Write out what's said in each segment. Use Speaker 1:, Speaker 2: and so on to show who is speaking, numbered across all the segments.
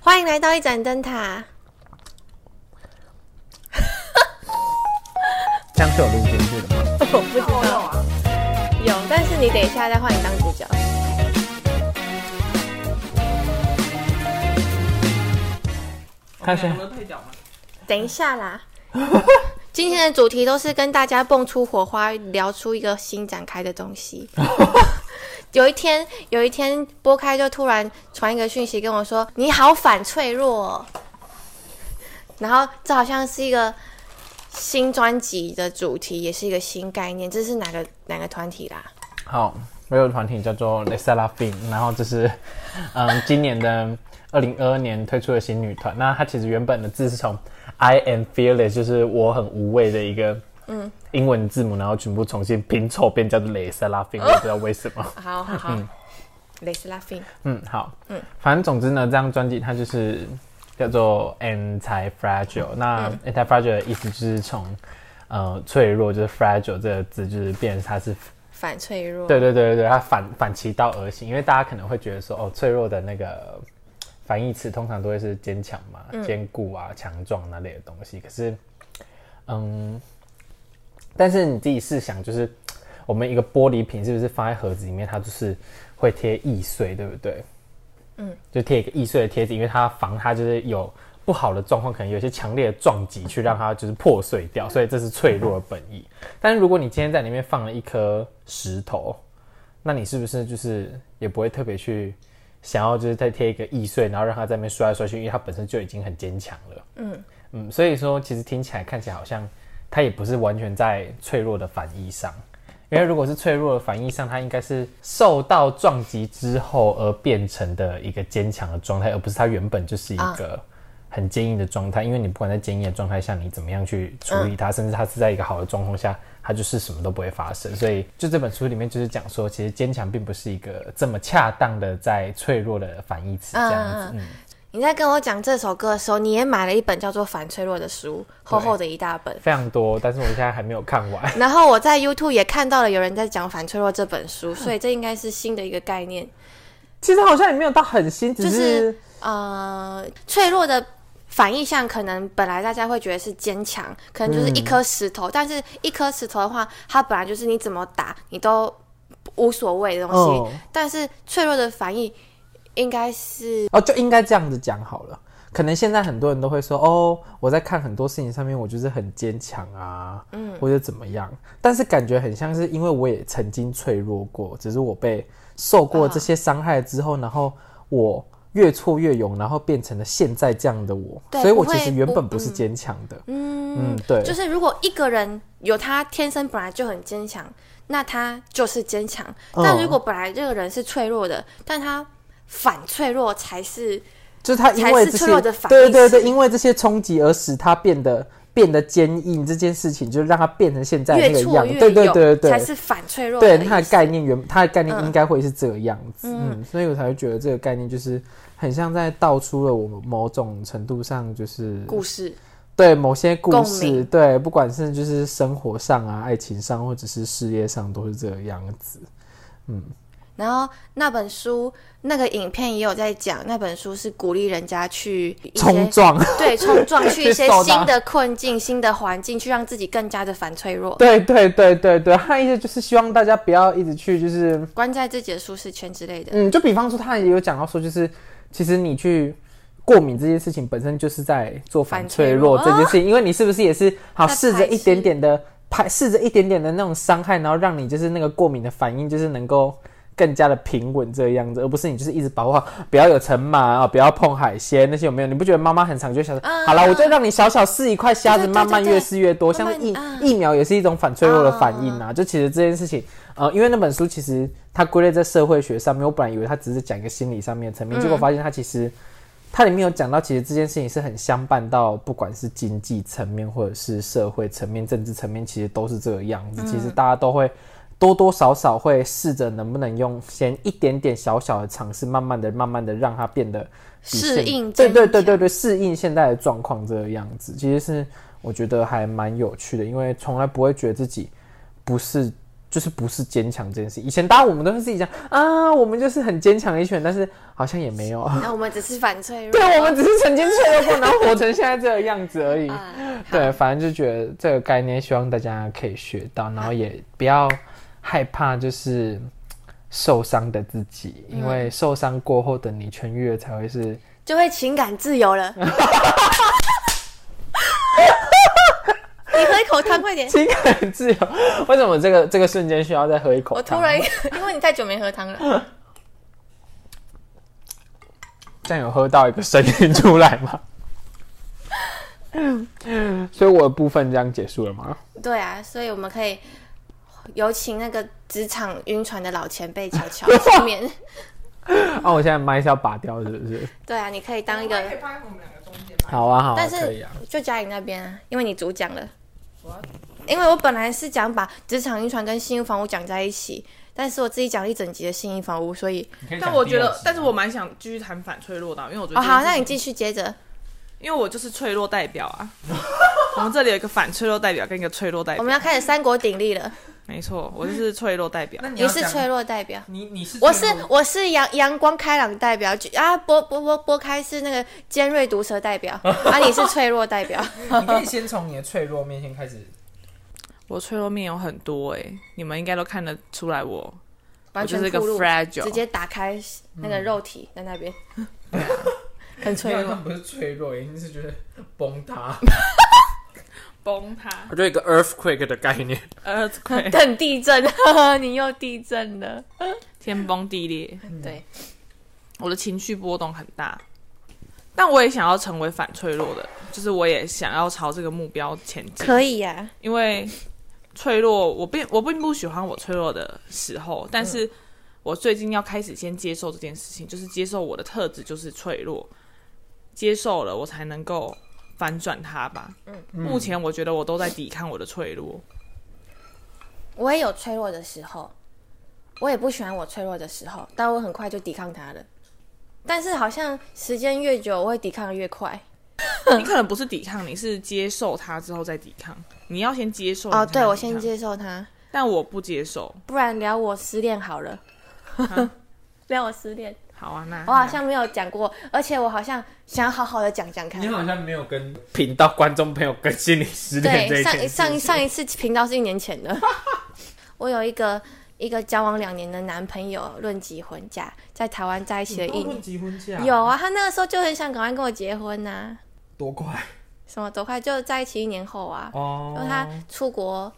Speaker 1: 欢迎来到一盏灯塔。
Speaker 2: 这样是有录进去的吗？
Speaker 1: 我不知道
Speaker 3: 啊，
Speaker 1: 有，但是你等一下再换你当主角。
Speaker 2: 他是
Speaker 1: 哎
Speaker 3: 我们两个都配角吗？
Speaker 1: 等一下啦。 今天的主题都是跟大家蹦出火花，聊出一个新展开的东 西。有一天，有一天，拨开就突然传一个讯息跟我说：“你好反脆弱哦。”然后这好像是一个新专辑的主题，也是一个新概念。这是哪个哪个团体啦？
Speaker 2: 好，我有个团体叫做 l e s a l a f i n 然后这是嗯今年的二零二二年推出的新女团。那它其实原本的字是从 I am fearless，就是我很无畏的一个嗯英文字母，然后全部重新拼凑变叫做 l e s a l a f i n 我也不知 道为什么。
Speaker 1: 好好好，蕾丝拉菲。
Speaker 2: 嗯，好，嗯，反正总之呢，这张专辑它就是叫做 Anti Fragile、那 Anti Fragile 的意思就是从呃脆弱，就是 fragile 这个字，就是变成它是
Speaker 1: 反脆弱。
Speaker 2: 对对对对对，它反反其道而行，因为大家可能会觉得说，哦，脆弱的那个反义词通常都会是坚强嘛、坚固啊、强壮那类的东西。可是，嗯，但是你自己试想，就是我们一个玻璃瓶是不是放在盒子里面，它就是会贴易碎，对不对？嗯，就贴一个易碎的贴纸，因为它防它就是有。不好的状况，可能有一些强烈的撞击去让它就是破碎掉，所以这是脆弱的本意。但是如果你今天在里面放了一颗石头，那你是不是就是也不会特别去想要就是再贴一个易碎，然后让它在那边摔来摔去，因为它本身就已经很坚强了。嗯嗯，所以说其实听起来看起来好像它也不是完全在脆弱的反义上，因为如果是脆弱的反义上，它应该是受到撞击之后而变成的一个坚强的状态，而不是它原本就是一个。很坚硬的状态，因为你不管在坚硬的状态下，你怎么样去处理它，甚至它是在一个好的状况下，它就是什么都不会发生。所以，就这本书里面就是讲说，其实坚强并不是一个这么恰当的在脆弱的反义词这样子。嗯，
Speaker 1: 你在跟我讲这首歌的时候，你也买了一本叫做《反脆弱》的书，厚厚的一大本。
Speaker 2: 非常多，但是我现在还没有看完。
Speaker 1: 然后我在 YouTube 也看到了有人在讲《反脆弱》这本书，所以这应该是新的一个概念，
Speaker 2: 其实好像也没有到很新，只、
Speaker 1: 就是是呃，脆弱的反义项可能本来大家会觉得是坚强，可能就是一颗石头，但是一颗石头的话，它本来就是你怎么打你都无所谓的东西，
Speaker 2: 哦
Speaker 1: 但是脆弱的反义应该是
Speaker 2: 哦，就应该这样子讲好了。可能现在很多人都会说，哦，我在看很多事情上面，我就是很坚强啊，嗯，或者怎么样。但是感觉很像是因为我也曾经脆弱过，只是我被受过这些伤害之后，然后我越挫越勇，然后变成了现在这样的我。
Speaker 1: 对
Speaker 2: 所以我
Speaker 1: 不会
Speaker 2: 其实原本
Speaker 1: 不
Speaker 2: 不是坚强的，
Speaker 1: 嗯
Speaker 2: 嗯，对，
Speaker 1: 就是如果一个人有他天生本来就很坚强，那他就是坚强；
Speaker 2: 嗯
Speaker 1: 但如果本来这个人是脆弱的，但他反脆弱才是
Speaker 2: 就是他因为
Speaker 1: 才
Speaker 2: 这
Speaker 1: 是脆弱的
Speaker 2: 些，
Speaker 1: 反义
Speaker 2: 对对
Speaker 1: 词
Speaker 2: 对，因为这些冲击而使他变得变得坚硬，这件事情就让他变成现在那
Speaker 1: 越
Speaker 2: 个
Speaker 1: 挫
Speaker 2: 样
Speaker 1: 越
Speaker 2: 子，
Speaker 1: 勇，
Speaker 2: 对对对对对，
Speaker 1: 才是反脆弱
Speaker 2: 对
Speaker 1: 的
Speaker 2: 它
Speaker 1: 意
Speaker 2: 的
Speaker 1: 思。嗯
Speaker 2: 概念原它的概念应该会是这个样子，嗯所以我才会觉得这个概念就是很像在道出了我们某种程度上就是
Speaker 1: 故事
Speaker 2: 对某些故
Speaker 1: 共
Speaker 2: 事，
Speaker 1: 鸣
Speaker 2: 对，不管是就是生活上啊、爱情上或者是事业上都是这个样子。
Speaker 1: 然后那本书、那个影片也有在讲，那本书是鼓励人家去一些
Speaker 2: 冲撞，
Speaker 1: 对冲撞，去一些
Speaker 2: 去受打
Speaker 1: 新的困境、新的环境，去让自己更加的反脆弱，
Speaker 2: 对对对对对，他意思就是希望大家不要一直去就是
Speaker 1: 关在自己的舒适圈之类的。
Speaker 2: 嗯，就比方说，他也有讲到说，就是其实你去过敏这件事情本身就是在做反
Speaker 1: 反
Speaker 2: 脆
Speaker 1: 脆
Speaker 2: 弱
Speaker 1: 弱哦
Speaker 2: 这件事情，因为你是不是 也是好
Speaker 1: 在
Speaker 2: 试着
Speaker 1: 排
Speaker 2: 一
Speaker 1: 斥
Speaker 2: 点点的排，试着一点点的那种伤害，然后让你就是那个过敏的反应就是能够。更加的平稳这样子，而不是你就是一直保护好，不要有尘螨啊，不要碰海鲜那些有没有？你不觉得妈妈很常就想说，
Speaker 1: 嗯
Speaker 2: 好了，我就让你小小试一块虾子，
Speaker 1: 对对对
Speaker 2: 慢慢
Speaker 1: 对
Speaker 2: 越试越多，
Speaker 1: 慢慢
Speaker 2: 像是疫、
Speaker 1: 嗯
Speaker 2: 疫苗也是一种反脆弱的反应啊。就其实这件事情，呃，因为那本书其实它归类在社会学上面，我本来以为它只是讲一个心理上面的层面，结果发现它其实它里面有讲到，其实这件事情是很相伴到不管是经济层面或者是社会层面、政治层面，其实都是这个样子。其实大家都会。多多少少会试着能不能用先一点点小小的尝试，慢慢的、慢慢的让它变得比
Speaker 1: 适
Speaker 2: 现
Speaker 1: 应
Speaker 2: 对
Speaker 1: 增
Speaker 2: 对对
Speaker 1: 强
Speaker 2: 对对，适应现在的状况这个样子，其实是我觉得还蛮有趣的，因为从来不会觉得自己不是
Speaker 4: 就是不是坚强这件事。以前当然我们都是自己讲啊，我们就是很坚强的一群人，但是好像也没有。
Speaker 1: 那我们只 是反脆弱。
Speaker 4: 对，我们只是曾经脆弱过，然后活成现在这个样子而已。
Speaker 1: 啊
Speaker 4: 对，反正就觉得这个概念，希望大家可以学到，然后也不要害怕，就是受伤的自己，因为受伤过后的你痊愈了才会是。
Speaker 1: 就会情感自由了。你喝一口汤，快点！
Speaker 4: 情感自由，为什么这个这个瞬间需要再喝一口
Speaker 1: 我
Speaker 4: 汤？
Speaker 1: 突然， 因为你太久没喝汤了，
Speaker 4: 这样有喝到一个声音出来吗？所以我的部分这样结束了吗？
Speaker 1: 对啊，所以我们可以有请那个职场晕船的老前辈乔 乔出面。
Speaker 4: 哦，我现在麦是要拔掉，是不是？
Speaker 1: 对啊，你可以当一
Speaker 3: 我可
Speaker 1: 个
Speaker 3: 以，放在我们两个中间吧。
Speaker 4: 好啊，好啊，
Speaker 1: 但
Speaker 4: 可
Speaker 1: 是
Speaker 4: 以啊。
Speaker 1: 就嘉颖那边啊，因为你主讲了
Speaker 3: 我。
Speaker 1: 因为我本来是讲把职场晕船跟信义房屋讲在一起，但是我自己讲了一整集的信义房屋，所以
Speaker 3: 但我觉得，但是我蛮想继续谈反脆弱的啊，因为我觉得
Speaker 1: 哦
Speaker 3: 这件事情、
Speaker 1: 好，那你继续接 着。
Speaker 3: 因为我就是脆弱代表啊。 我们这里有一个反脆弱代表跟一个脆弱代
Speaker 1: 我
Speaker 3: 表，
Speaker 1: 们要开始三国鼎立了，
Speaker 3: 没错，我就是脆弱代表。
Speaker 2: 那你
Speaker 1: 你
Speaker 2: 要
Speaker 1: 是
Speaker 2: 讲
Speaker 1: 脆弱代表。
Speaker 2: 你你是
Speaker 1: 我是
Speaker 3: 啊
Speaker 2: 最后
Speaker 1: 我是阳阳光开朗代表，就啊波波波波开是那个尖锐毒舌代 表，啊你是脆弱代表。
Speaker 2: 你可以先从你的脆弱面先开始。
Speaker 3: 我脆弱面有很多哎、你们应该都看得出来我，
Speaker 1: 完全
Speaker 3: 我就是一个
Speaker 1: 暴露
Speaker 3: fragile
Speaker 1: 直接打开那个肉体在那边，很脆
Speaker 2: 没 有，那
Speaker 1: 弱。
Speaker 2: 不是脆弱，一定是觉得崩 塌。
Speaker 3: 崩塌
Speaker 2: 我觉得一个 earthquake 的概念，
Speaker 3: ，earthquake，
Speaker 1: 等地震， 呵呵你又地震了。
Speaker 3: 天崩地裂，
Speaker 1: 对，
Speaker 3: 我的情绪波动很大。但我也想要成为反脆弱的，就是我也想要朝这个目标前进。
Speaker 1: 可以啊呀、
Speaker 3: 因为脆弱，我并我并不喜欢我脆弱的时候，但是我最近要开始先接受这件事情，就是接受我的特质就是脆弱，接受了我才能够反转它吧。
Speaker 1: 嗯
Speaker 3: 目前我觉得我都在抵抗我的脆弱，
Speaker 1: 我也有脆弱的时候，我也不喜欢我脆弱的时候，但我很快就抵抗它了。但是好像时间越久，我会抵抗得越快。嗯
Speaker 3: 你可能不是抵抗，你是接受它之后再抵抗。你要先接受
Speaker 1: 哦，
Speaker 3: 你才
Speaker 1: 对，
Speaker 3: 能
Speaker 1: 我
Speaker 3: 抵
Speaker 1: 先
Speaker 3: 抗，
Speaker 1: 接受它。
Speaker 3: 但我不接受。
Speaker 1: 不然聊我失恋好了， 聊我失恋，
Speaker 3: 好啊，那
Speaker 1: 我好像没有讲过，而且我好像想好好的讲讲看
Speaker 2: 你。好像没有跟频道观众朋友更新你失恋这
Speaker 1: 对，
Speaker 2: 一
Speaker 1: 上
Speaker 2: 件
Speaker 1: 上上一次频道是一年前的， 我有一个一个交往两年的男朋友论及婚嫁，在台湾在一起了一年。
Speaker 2: 结婚假
Speaker 1: 有啊，他那个时候就很想赶快跟我结婚呐、啊
Speaker 2: 多快
Speaker 1: 什么多快就在一起一年后啊，因为
Speaker 2: 哦
Speaker 1: 他出国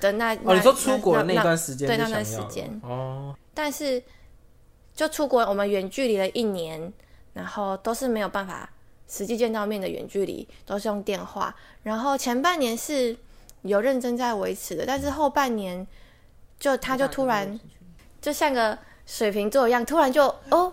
Speaker 1: 的那
Speaker 2: 哦，你说出国
Speaker 1: 那
Speaker 2: 的那段时间
Speaker 1: 对
Speaker 2: 就
Speaker 1: 那段时
Speaker 2: 想要了
Speaker 1: 间
Speaker 2: 哦，
Speaker 1: 但是就出国，我们远距离了一年，然后都是没有办法实际见到面的远距离，都是用电话。然后前半年是有认真在维持的，但是后半年就他就突
Speaker 2: 嗯
Speaker 1: 然就像个水瓶座一样，突然就哦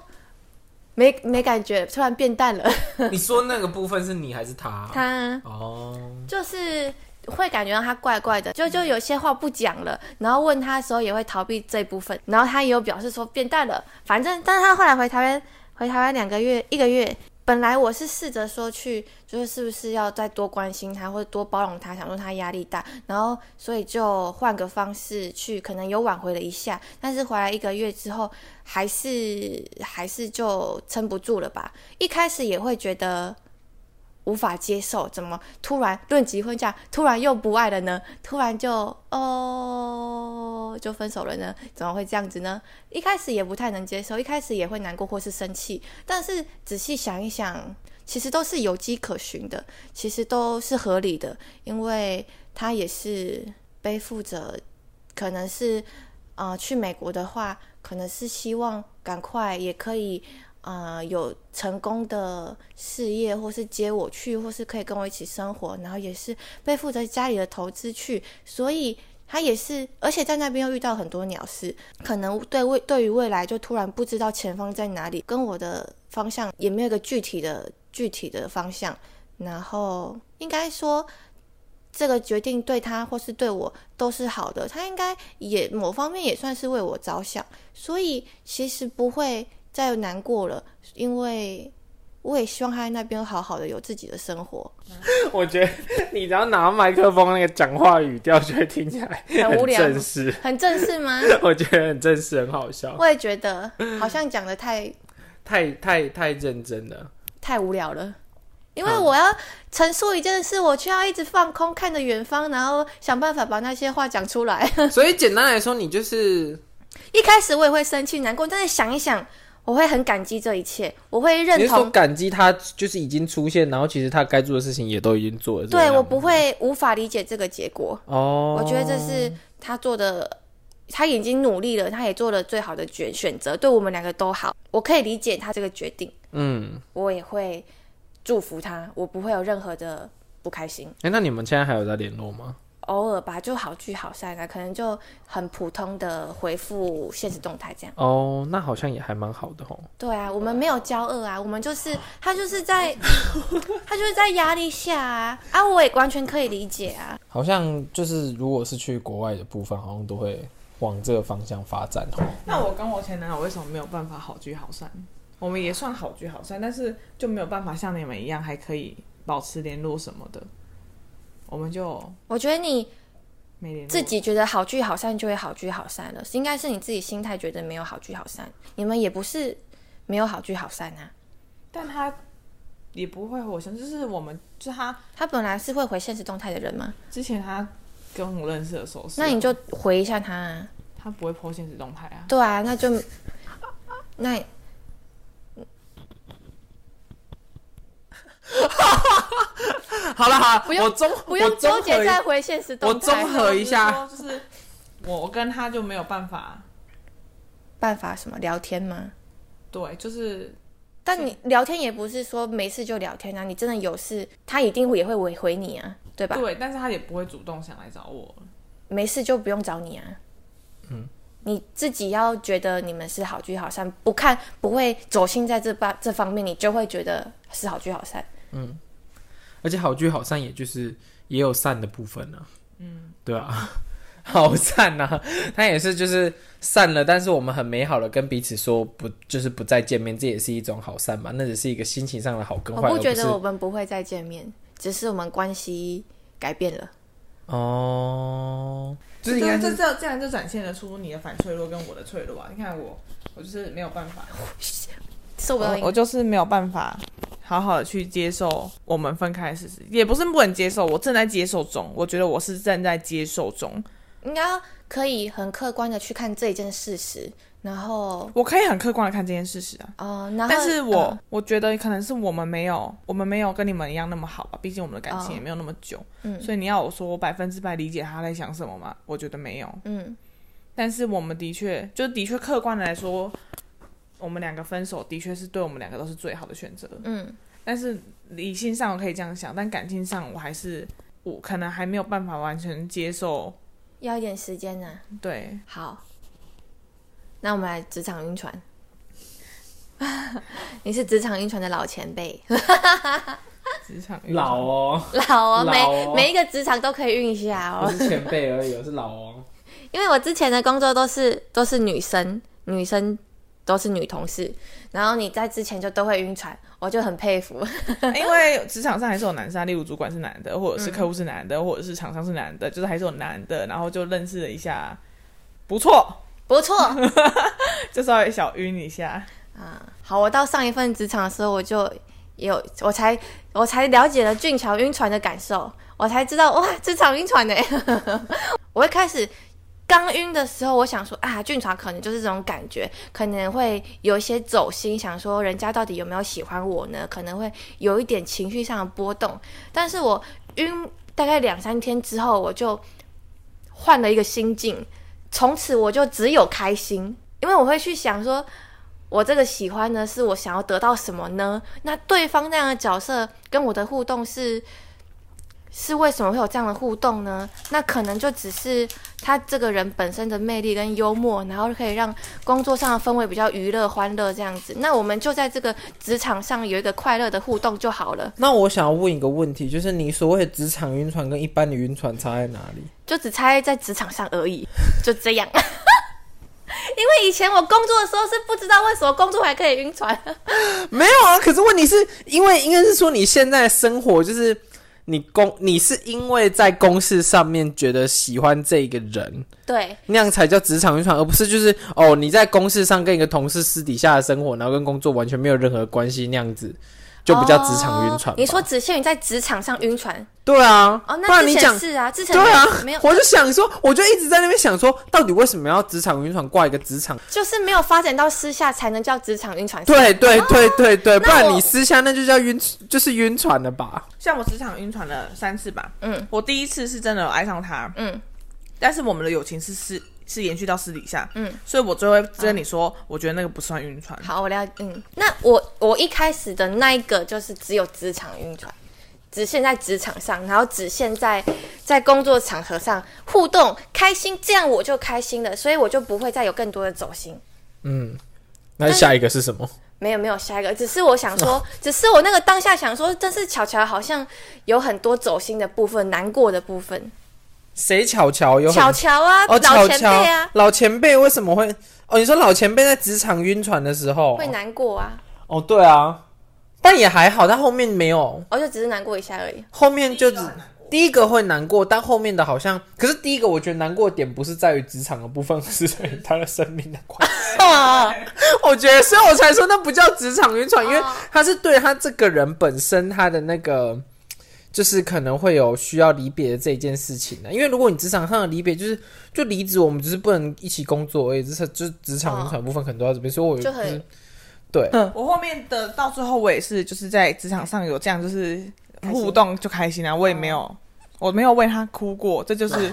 Speaker 1: 没没感觉，突然变淡了。
Speaker 2: 你说那个部分是你还是他？
Speaker 1: 他
Speaker 2: 哦，
Speaker 1: 就是会感觉到他怪怪的，就就有些话不讲了，然后问他的时候也会逃避这部分，然后他也有表示说变淡了，反正但是他后来回台湾，回台湾两个月一个月。本来我是试着说去，就是是不是要再多关心他，或者多包容他，想说他压力大，然后所以就换个方式去，可能有挽回了一下，但是回来一个月之后，还是还是就撑不住了吧。一开始也会觉得无法接受，怎么突然论及婚嫁，突然又不爱了呢？突然就哦，就分手了呢？怎么会这样子呢？一开始也不太能接受，一开始也会难过或是生气，但是仔细想一想，其实都是有迹可循的，其实都是合理的，因为他也是背负着，可能是呃去美国的话，可能是希望赶快也可以呃有成功的事业，或是接我去，或是可以跟我一起生活，然后也是背负着家里的投资去，所以他也是，而且在那边又遇到很多鸟事，可能对未对于未来就突然不知道前方在哪里，跟我的方向也没有一个具体的具体的方向，然后应该说。这个决定对他或是对我都是好的，他应该也某方面也算是为我着想，所以其实不会再难过了，因为我也希望他在那边好好的有自己的生 活，
Speaker 2: 我觉得你只要拿麦克风那个讲话语调，就会听起来
Speaker 1: 很无聊
Speaker 2: 正式。
Speaker 1: 很正式吗？
Speaker 2: 我觉得很正式，很好笑，
Speaker 1: 我也觉得好像讲的太
Speaker 2: 太太太认真了。
Speaker 1: 太无聊了，因为我要陈述一件事，我却要一直放空看着远方，然后想办法把那些话讲出来。
Speaker 2: 所以简单来说，你就是
Speaker 1: 一开始我也会生气、难过，但是想一想，我会很感激这一切，我会
Speaker 2: 你
Speaker 1: 认
Speaker 2: 是说
Speaker 1: 同。
Speaker 2: 感激他，就是已经出现，然后其实他该做的事情也都已经做了。这
Speaker 1: 对
Speaker 2: 样
Speaker 1: 我不会无法理解这个结果，
Speaker 2: 哦，
Speaker 1: 我觉得这是他做的，他已经努力了，他也做了最好的决选择，对我们两个都好。我可以理解他这个决定，
Speaker 2: 嗯，
Speaker 1: 我也会祝福他，我不会有任何的不开心。
Speaker 2: 哎、那你们现在还有在联络吗？
Speaker 1: 偶尔吧，就好聚好散啊，可能就很普通的回复现实动态这样。
Speaker 2: 哦，那好像也还蛮好的哦。
Speaker 1: 对啊，我们没有交恶啊，我们就是他就是在他就是在压力下啊啊，我也完全可以理解啊。
Speaker 2: 好像就是如果是去国外的部分，好像都会往这个方向发展哦。
Speaker 3: 那我跟我前男友为什么没有办法好聚好散？我们也算好聚好散，但是就没有办法像你们一样还可以保持联络什么的，我们就
Speaker 1: 我觉得你
Speaker 3: 没联络。
Speaker 1: 自己觉得好聚好散就会好聚好散了，应该是你自己心态觉得没有好聚好散，你们也不是没有好聚好散啊。
Speaker 3: 但他也不会火神，就是我们，就他
Speaker 1: 他本来是会回现实动态的人吗？之
Speaker 3: 之前他跟我认识的时候是，
Speaker 1: 那你就回一下他啊。
Speaker 3: 他不会破现实动态啊，
Speaker 1: 对啊，那就那
Speaker 2: 好了好
Speaker 1: 不
Speaker 2: 了，
Speaker 1: 用
Speaker 2: 我综
Speaker 1: 不用
Speaker 2: 我
Speaker 1: 纠
Speaker 2: 综
Speaker 1: 结
Speaker 2: 合一
Speaker 1: 再回现实动
Speaker 2: 我
Speaker 1: 态
Speaker 2: 综合一下，
Speaker 3: 就是说就是我跟他就没有办法，
Speaker 1: 办法什么聊天吗？
Speaker 3: 对，就是
Speaker 1: 但你聊天也不是说没事就聊天啊，你真的有事，他一定会也会回回你啊，对吧？
Speaker 3: 对，但是他也不会主动想来找我，
Speaker 1: 没事就不用找你啊。嗯，你自己要觉得你们是好聚好散，不看不会走心在这吧这方面，你就会觉得是好聚好散。
Speaker 2: 而且好聚好散，也就是也有散的部分呢、嗯，对啊， 好散呐、他也是就是散了，但是我们很美好的跟彼此说不，就是不再见面，这也是一种好散嘛。那只是一个心情上的好跟
Speaker 1: 我
Speaker 2: 坏，
Speaker 1: 不觉
Speaker 2: 而
Speaker 1: 得
Speaker 2: 是
Speaker 1: 我们不会再见面，只是我们关系改变了。
Speaker 2: 哦，就是应
Speaker 3: 对
Speaker 2: 该
Speaker 3: 啊这
Speaker 2: 是
Speaker 3: 这这样就展现得出你的反脆弱跟我的脆弱啊！你看我，我就是没有办法，
Speaker 1: 受不了
Speaker 3: 我
Speaker 1: 你，
Speaker 3: 哦我就是没有办法好好的去接受我们分开的事实，也不是不能接受，我正在接受中，我觉得我是正在接受中，
Speaker 1: 应该可以很客观的去看这一件事实，然后
Speaker 3: 我可以很客观的看这件事实啊。
Speaker 1: 哦、呃然后
Speaker 3: 但是我、
Speaker 1: 嗯
Speaker 3: 我觉得可能是我们没有，我们没有跟你们一样那么好吧，毕竟我们的感
Speaker 1: 哦
Speaker 3: 情也没有那么久。
Speaker 1: 嗯
Speaker 3: 所以你要我说我百分之百理解他在想什么吗？我觉得没有。
Speaker 1: 嗯，
Speaker 3: 但是我们的确，就的确客观的来说，我们两个分手的确是对我们两个都是最好的选择。
Speaker 1: 嗯，
Speaker 3: 但是理性上我可以这样想，但感情上我还是我可能还没有办法完全接受。
Speaker 1: 要一点时间啊呢、
Speaker 3: 对，
Speaker 1: 好，那我们来职场晕船。 你是职场晕船的老前辈，
Speaker 3: 职场遇到
Speaker 2: 老哦，
Speaker 1: 老哦，每
Speaker 2: 老哦
Speaker 1: 每一个职场都可以晕一下
Speaker 2: 不
Speaker 1: 哦。
Speaker 2: 是前辈而已，我是老哦。
Speaker 1: 因为我之前的工作都是都是女生，女生都是女同事，然后你在之前就都会晕船，我就很佩服。
Speaker 3: 因为职场上还是有男生啊，例如主管是男的，或者是客户是男的，或者是厂商是男的，就是还是有男的，然后就认识了一下，不错，
Speaker 1: 不错
Speaker 3: 就稍微小晕一下。
Speaker 1: 啊，好，我到上一份职场的时候，我就有我才我才了解了俊桥晕船的感受，我才知道哇，职场晕船呢。欸 我一开始刚晕的时候，我想说啊，俊桥可能就是这种感觉，可能会有一些走心，想说人家到底有没有喜欢我呢？可能会有一点情绪上的波动。但是我晕大概两三天之后，我就换了一个心境，从此我就只有开心，因为我会去想说。我这个喜欢呢，是我想要得到什么呢？那对方那样的角色跟我的互动是，是为什么会有这样的互动呢？那可能就只是他这个人本身的魅力跟幽默，然后可以让工作上的氛围比较娱乐欢乐这样子。那我们就在这个职场上有一个快乐的互动就好了，
Speaker 2: 那我想要问一个问题，就是你所谓的职场晕船跟一般的晕船差在哪里？
Speaker 1: 就只差在职场上而已，就这样。因为以前我工作的时候是不知道为什么工作还可以晕船，
Speaker 2: 没有啊，可是问题是因为应该是说你现在的生活就是你公，你是因为在公事上面觉得喜欢这个人，
Speaker 1: 对
Speaker 2: 那样才叫职场晕船，而不是就是哦你在公事上跟一个同事私底下的生活，然后跟工作完全没有任何关系，那样子就不叫职场晕船
Speaker 1: 哦
Speaker 2: 吧、
Speaker 1: 你说只限于在职场上晕船
Speaker 2: 对啊？
Speaker 1: 哦？
Speaker 2: 不
Speaker 1: 那
Speaker 2: 然你
Speaker 1: 之
Speaker 2: 讲
Speaker 1: 前是啊，之前
Speaker 2: 对啊
Speaker 1: 没有，，
Speaker 2: 我就想说，我就一直在那边想说，到底为什么要职场晕船挂一个职场？
Speaker 1: 就是没有发展到私下才能叫职场晕船。
Speaker 2: 对对对对对，不
Speaker 1: 那
Speaker 2: 然
Speaker 1: 我
Speaker 2: 你私哦下那就叫晕，就是晕船了吧？
Speaker 3: 像我职场晕船了三次吧，
Speaker 1: 嗯，
Speaker 3: 我第一次是真的有爱上他，
Speaker 1: 嗯，
Speaker 3: 但是我们的友情是私是延续到私底下，
Speaker 1: 嗯，
Speaker 3: 所以我最后会跟你说，我觉得那个不算晕船，
Speaker 1: 好，我了解。嗯，那我我一开始的那一个就是只有职场晕船，只限在职场上，然后只限在在工作场合上互动开心，这样我就开心了，所以我就不会再有更多的走心。
Speaker 2: 那下一个是什么？
Speaker 1: 没有没有下一个，只是我想说，只是我那个当下想说，但是巧巧好像有很多走心的部分，难过的部分。
Speaker 2: 谁巧巧有很
Speaker 1: 巧巧啊，老
Speaker 2: 哦，巧
Speaker 1: 前
Speaker 2: 巧
Speaker 1: 辈啊，，
Speaker 2: 老前辈为什么会？哦，你说老前辈在职场晕船的时候
Speaker 1: 会，难过啊，
Speaker 2: 哦，对啊，但也还好，但后面没有，
Speaker 1: 哦我就只是难过一下而已。
Speaker 2: 后面就只第一个会难过，但后面的好像，可是第一个我觉得难过点不是在于职场的部分，是在于他的生命的快 乐。我觉得，所以我才说那不叫职场晕船，因为
Speaker 1: 哦
Speaker 2: 他是对他这个人本身他的那个。就是可能会有需要离别的这一件事情啊呢、因为如果你职场上的离别，就是就离职，我们只是不能一起工作而已，这是就是职
Speaker 1: 哦
Speaker 2: 场晕船部分可能都到这边，所以我
Speaker 1: 就
Speaker 2: 不是
Speaker 1: 很
Speaker 2: 对，
Speaker 3: 我后面的到最后我也是就是在职场上有这样就是互动就开心啊，我也没有我没有为他哭过，这就是这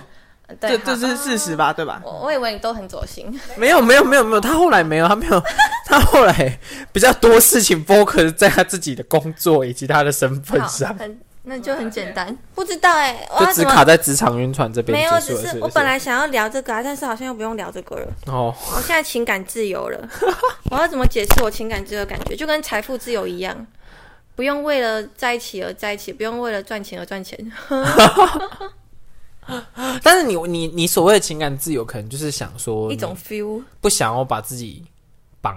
Speaker 2: 嗯
Speaker 1: 对，
Speaker 3: 这
Speaker 1: 好
Speaker 3: 是事实吧，对吧？
Speaker 1: 我我以为你都很走心，
Speaker 2: 没有没有没有没有，他后来没有，他没有， 他后来比较多事情 focus 在他自己的工作以及他的身份
Speaker 1: 好，
Speaker 2: 上，
Speaker 1: 很那就很简单。不知道哎、我
Speaker 2: 就
Speaker 1: 要
Speaker 2: 只
Speaker 1: 怎
Speaker 2: 卡
Speaker 1: 么？
Speaker 2: 在职场晕船这边
Speaker 1: 没有，只
Speaker 2: 结束了
Speaker 1: 是
Speaker 2: 是不
Speaker 1: 我
Speaker 2: 是
Speaker 1: 本来想要聊这个啊，但是好像又不用聊这个了。
Speaker 2: 哦，
Speaker 1: 我现在情感自由 了，我要怎么解释我情感自由的感觉？就跟财富自由一样，不用为了在一起而在一起，不用为了赚钱而赚钱。
Speaker 2: 嗯但是你你你所谓的情感自由，可能就是想说
Speaker 1: 一种 feel，
Speaker 2: 你不想要把自己绑，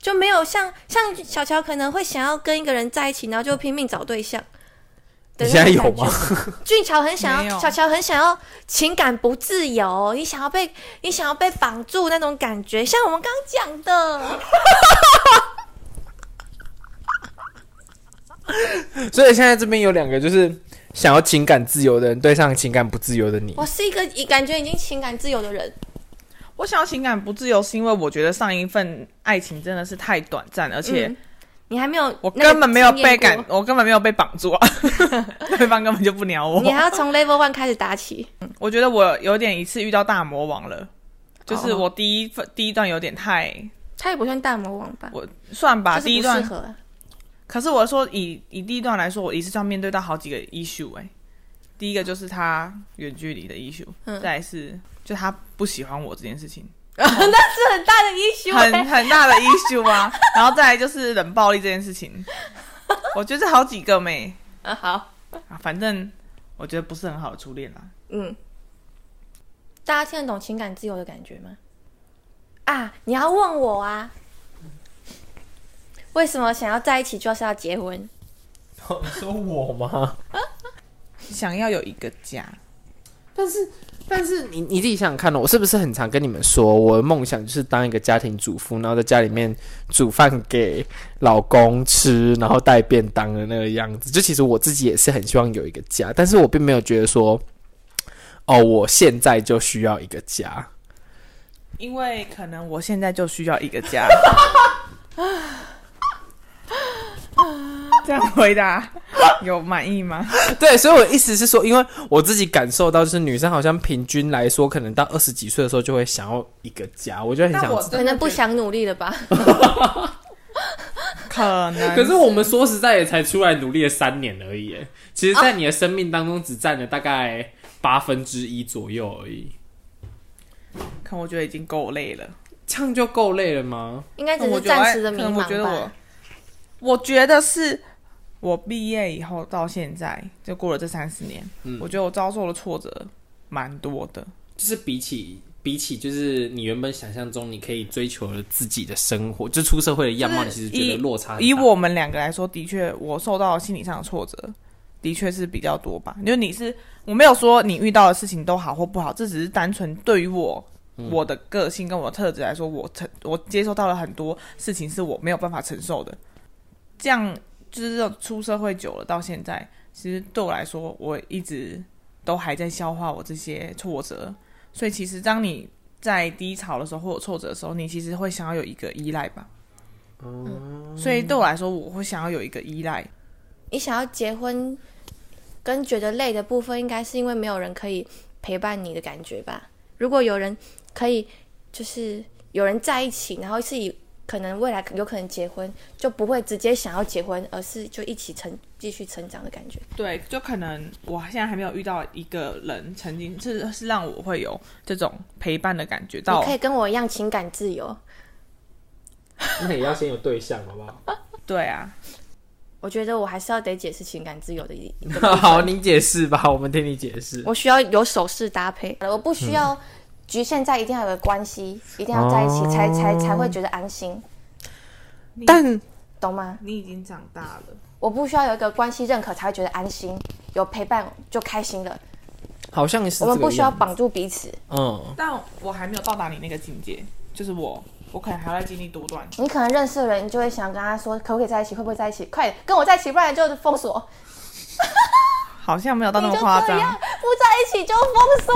Speaker 1: 就没有像像小乔可能会想要跟一个人在一起，然后就拼命找对象。
Speaker 2: 你现在有吗？？
Speaker 1: 俊乔很想
Speaker 3: 没
Speaker 1: 要，
Speaker 3: 有
Speaker 1: 小乔很想要情感不自由，你想要被你想要被绑住那种感觉，像我们刚刚讲的，
Speaker 2: 所以现在这边有两个就是想要情感自由的人对上情感不自由的你
Speaker 1: 我，是一个已感觉已经情感自由的人，
Speaker 3: 我想要情感不自由，是因为我觉得上一份爱情真的是太短暂，而且、
Speaker 1: 嗯你还没有，
Speaker 3: 我根本没有被感，，我根本没有被绑住啊， 对方根本就不鸟我
Speaker 1: 你。还要从 level one 开始打起，
Speaker 3: 我觉得我有点一次遇到大魔王了，就是
Speaker 1: 哦
Speaker 3: 我第一份第一段有点太
Speaker 1: 他也不算大魔王吧？
Speaker 3: 我算吧，
Speaker 1: 就是
Speaker 3: 第一
Speaker 1: 不适
Speaker 3: 段。
Speaker 1: 合啊，
Speaker 3: 可是我说以以第一段来说，我一次上面对到好几个 issue 哎、第一个就是他远距离的 issue，、
Speaker 1: 嗯
Speaker 3: 再来是就他不喜欢我这件事情，
Speaker 1: 那是很大的 issue，欸、
Speaker 3: 很很大的 issue 啊， 然后再来就是冷暴力这件事情，我觉得好几个没。
Speaker 1: 啊 好，
Speaker 3: 啊，反正我觉得不是很好的初恋啦。
Speaker 1: 嗯，大家听得懂情感自由的感觉吗？啊，你要问我啊，为什么想要在一起就是要结婚？
Speaker 2: 哦你说我吗？
Speaker 3: 想要有一个家，
Speaker 2: 但是但是你你自己想想看哦，我是不是很常跟你们说，我的梦想就是当一个家庭主妇，然后在家里面煮饭给老公吃，然后带便当的那个样子。就其实我自己也是很希望有一个家，但是我并没有觉得说，哦，我现在就需要一个家。
Speaker 3: 因为可能我现在就需要一个家。 这样回答有满意 吗？
Speaker 2: 对，所以我的意思是说，因为我自己感受到，就是女生好像平均来说，可能到二十几岁的时候就会想要一个家，我就很想
Speaker 3: 但我
Speaker 2: 知道。
Speaker 1: 可能不想努力了吧？
Speaker 3: 可能，
Speaker 2: 可是我们说实在也才出来努力了三年而已耶，其实，在你的生命当中只占了大概八分之一左右而已，
Speaker 3: 可能我觉得已经够累了。
Speaker 2: 这样就够累了吗？
Speaker 1: 应该只
Speaker 3: 可
Speaker 1: 是
Speaker 3: 能我觉得我
Speaker 1: 暂
Speaker 3: 还
Speaker 1: 时的迷
Speaker 3: 可能我觉
Speaker 1: 茫
Speaker 3: 得我
Speaker 1: 吧。，
Speaker 3: 我觉得是我毕业以后到现在，就过了这三十年，
Speaker 2: 嗯
Speaker 3: 我觉得我遭受的挫折蛮多的。
Speaker 2: 就是比起比起就是你原本想象中你可以追求的自己的生活，就出社会的样貌，你
Speaker 3: 就是
Speaker 2: 其实觉得落差很大
Speaker 3: 以我们两个来说，的确，我受到心理上的挫折，的确是比较多吧。就是你是，我没有说你遇到的事情都好或不好，这只是单纯对于我、
Speaker 2: 嗯
Speaker 3: 我的个性跟我的特质来说，我承我接受到了很多事情是我没有办法承受的。这样就是这种出社会久了，到现在，其实对我来说，我一直都还在消化我这些挫折。所以其实当你在低潮的时候或者挫折的时候，你其实会想要有一个依赖吧。所以对我来说，我会想要有一个依赖。
Speaker 1: 你想要结婚，跟觉得累的部分，应该是因为没有人可以陪伴你的感觉吧？如果有人可以，就是有人在一起，然后是以可能未来有可能结婚，就不会直接想要结婚，而是就一起成继续成长的感觉。
Speaker 3: 对，就可能我现在还没有遇到一个人曾经是是让我会有这种陪伴的感觉到
Speaker 1: 你。可以跟我一样情感自由，
Speaker 4: 那也要先有对象，好不好？
Speaker 3: 对啊，
Speaker 1: 我觉得我还是要得解释情感自由的一一个
Speaker 2: 好，你解释吧，我们听你解释。
Speaker 1: 我需要有手势搭配，我不需要局限在一定要有个关系，一定要在一起才、
Speaker 3: 哦
Speaker 1: 才才会觉得安心，
Speaker 2: 但
Speaker 1: 懂吗？
Speaker 3: 你已经长大了，
Speaker 1: 我不需要有一个关系认可才会觉得安心，有陪伴就开心了。
Speaker 2: 好像是
Speaker 1: 我们
Speaker 2: 这个
Speaker 1: 不需要
Speaker 2: 样子
Speaker 1: 绑住彼此，
Speaker 2: 嗯，
Speaker 3: 但我还没有到达你那个境界，就是我，我可能还要再经历多段。
Speaker 1: 你可能认识的人，你就会想跟他说，可不可以在一起，会不会在一起，快点跟我在一起，不然就封锁。
Speaker 3: 好像没有到那
Speaker 1: 你
Speaker 3: 么
Speaker 1: 就
Speaker 3: 夸
Speaker 1: 这样，
Speaker 3: 张，
Speaker 1: 不在一起就封锁。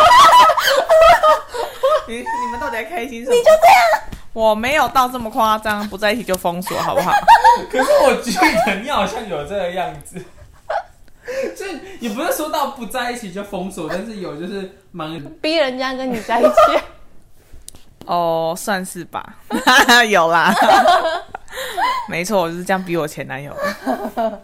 Speaker 3: 你你们到底在开心什么？你就这样。我没有到这么夸张，不在一起就封锁，好不好？
Speaker 2: 可是我记得你好像有这个样子， 就也不是说到不在一起就封锁，但是有就是忙
Speaker 1: 逼人家跟你在一起，
Speaker 3: 哦，算是吧， 有啦， 没错，我就是这样逼我前男友的。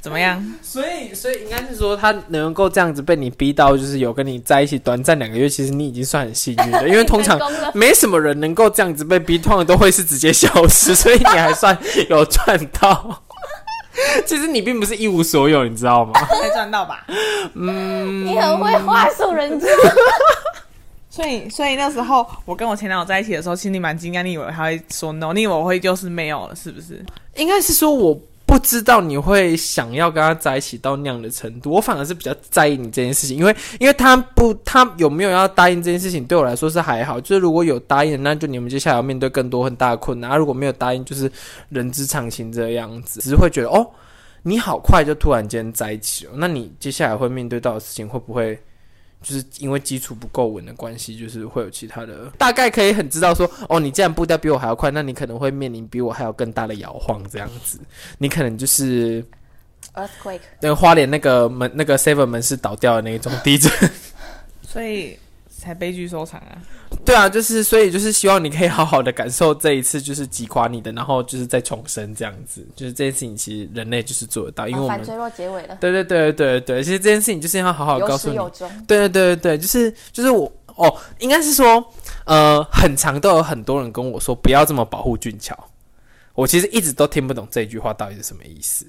Speaker 3: 怎么样？
Speaker 2: 所以，所以应该是说，他能够这样子被你逼到，就是有跟你在一起短暂两个月，其实你已经算很幸运的，因为通常
Speaker 1: 成功了
Speaker 2: 没什么人能够这样子被逼，通常都会是直接消失，所以你还算有赚到。其实你并不是一无所有，你知道吗？
Speaker 3: 没赚到吧？
Speaker 1: 你很会话术人家。
Speaker 3: 所以，所以那时候我跟我前男友在一起的时候，心里蛮惊讶，你以为他会说 no，你以为我会就是没有了，是不是？
Speaker 2: 应该是说我不知道你会想要跟他在一起到那样的程度，我反而是比较在意你这件事情，因为因为他不他有没有要答应这件事情，对我来说是还好，就是如果有答应，那就你们接下来要面对更多很大的困难；啊、如果没有答应，就是人之常情这样子，只是会觉得哦，你好快就突然间在一起了，那你接下来会面对到的事情会不会？就是因为基础不够稳的关系，就是会有其他的，大概可以很知道说，哦，你既然步调比我还要快，那你可能会面临比我还要更大的摇晃这样子。你可能就是
Speaker 1: Earthquake，
Speaker 2: 那个花莲那个门那个 seven 门是倒掉的那一种地震。
Speaker 3: 所以才悲剧收场啊！
Speaker 2: 对啊，就是所以就是希望你可以好好的感受这一次就是击垮你的，然后就是再重生这样子。就是这件事情其实人类就是做得哎到，因为
Speaker 1: 啊
Speaker 2: 我
Speaker 1: 反
Speaker 2: 们
Speaker 1: 脆弱结尾了，
Speaker 2: 对对对对对，其实这件事情就是要好好地
Speaker 1: 有
Speaker 2: 哦告诉
Speaker 1: 始
Speaker 2: 你
Speaker 1: 有终。
Speaker 2: 对对对对，就是就是我哦，应该是说，呃，很长都有很多人跟我说不要这么保护俊俏。我其实一直都听不懂这句话到底是什么意思，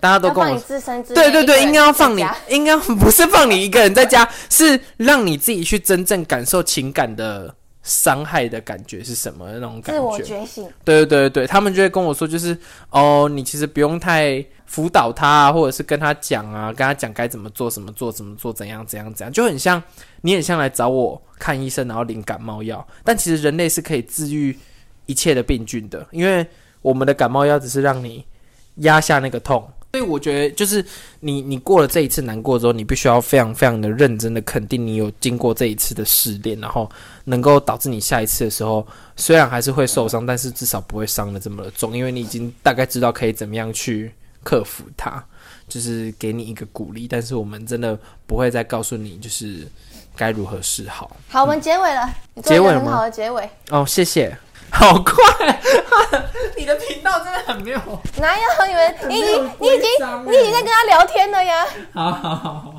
Speaker 2: 大家都
Speaker 1: 要
Speaker 2: 跟
Speaker 1: 放
Speaker 2: 我
Speaker 1: 你自生自
Speaker 2: 对
Speaker 1: 灭
Speaker 2: 对对，应该要 放
Speaker 1: 一
Speaker 2: 你
Speaker 1: 个人在啊家，
Speaker 2: 应该不是放你一个人在家，是让你自己去真正感受情感的伤害的感觉是什么那种感
Speaker 1: 自我
Speaker 2: 觉。
Speaker 1: 觉醒。
Speaker 2: 对对对对，他们就会跟我说，就是哦，你其实不用太辅导他啊，或者是跟他讲啊，跟他讲该怎么做，怎么做，怎么做，怎样怎样怎样，就很像你很像来找我看医生，然后领感冒药，但其实人类是可以治愈一切的病菌的，因为我们的感冒药只是让你压下那个痛。所以我觉得，就是你你过了这一次难过之后，你必须要非常非常的认真的肯定你有经过这一次的试炼，然后能够导致你下一次的时候，虽然还是会受伤，但是至少不会伤的这么的重，因为你已经大概知道可以怎么样去克服它，就是给你一个鼓励。但是我们真的不会再告诉你就是该如何是好。
Speaker 1: 好，我们结尾了，你做一
Speaker 2: 结尾
Speaker 1: 个
Speaker 2: 了
Speaker 1: 很
Speaker 2: 吗
Speaker 1: 好的结尾。
Speaker 2: 哦，谢谢，好快，你的频道真的很妙。
Speaker 1: 哪有你们？你已经你已经
Speaker 2: 很没有规章哎
Speaker 1: 你已经在跟他聊天了呀。
Speaker 2: 好好好好。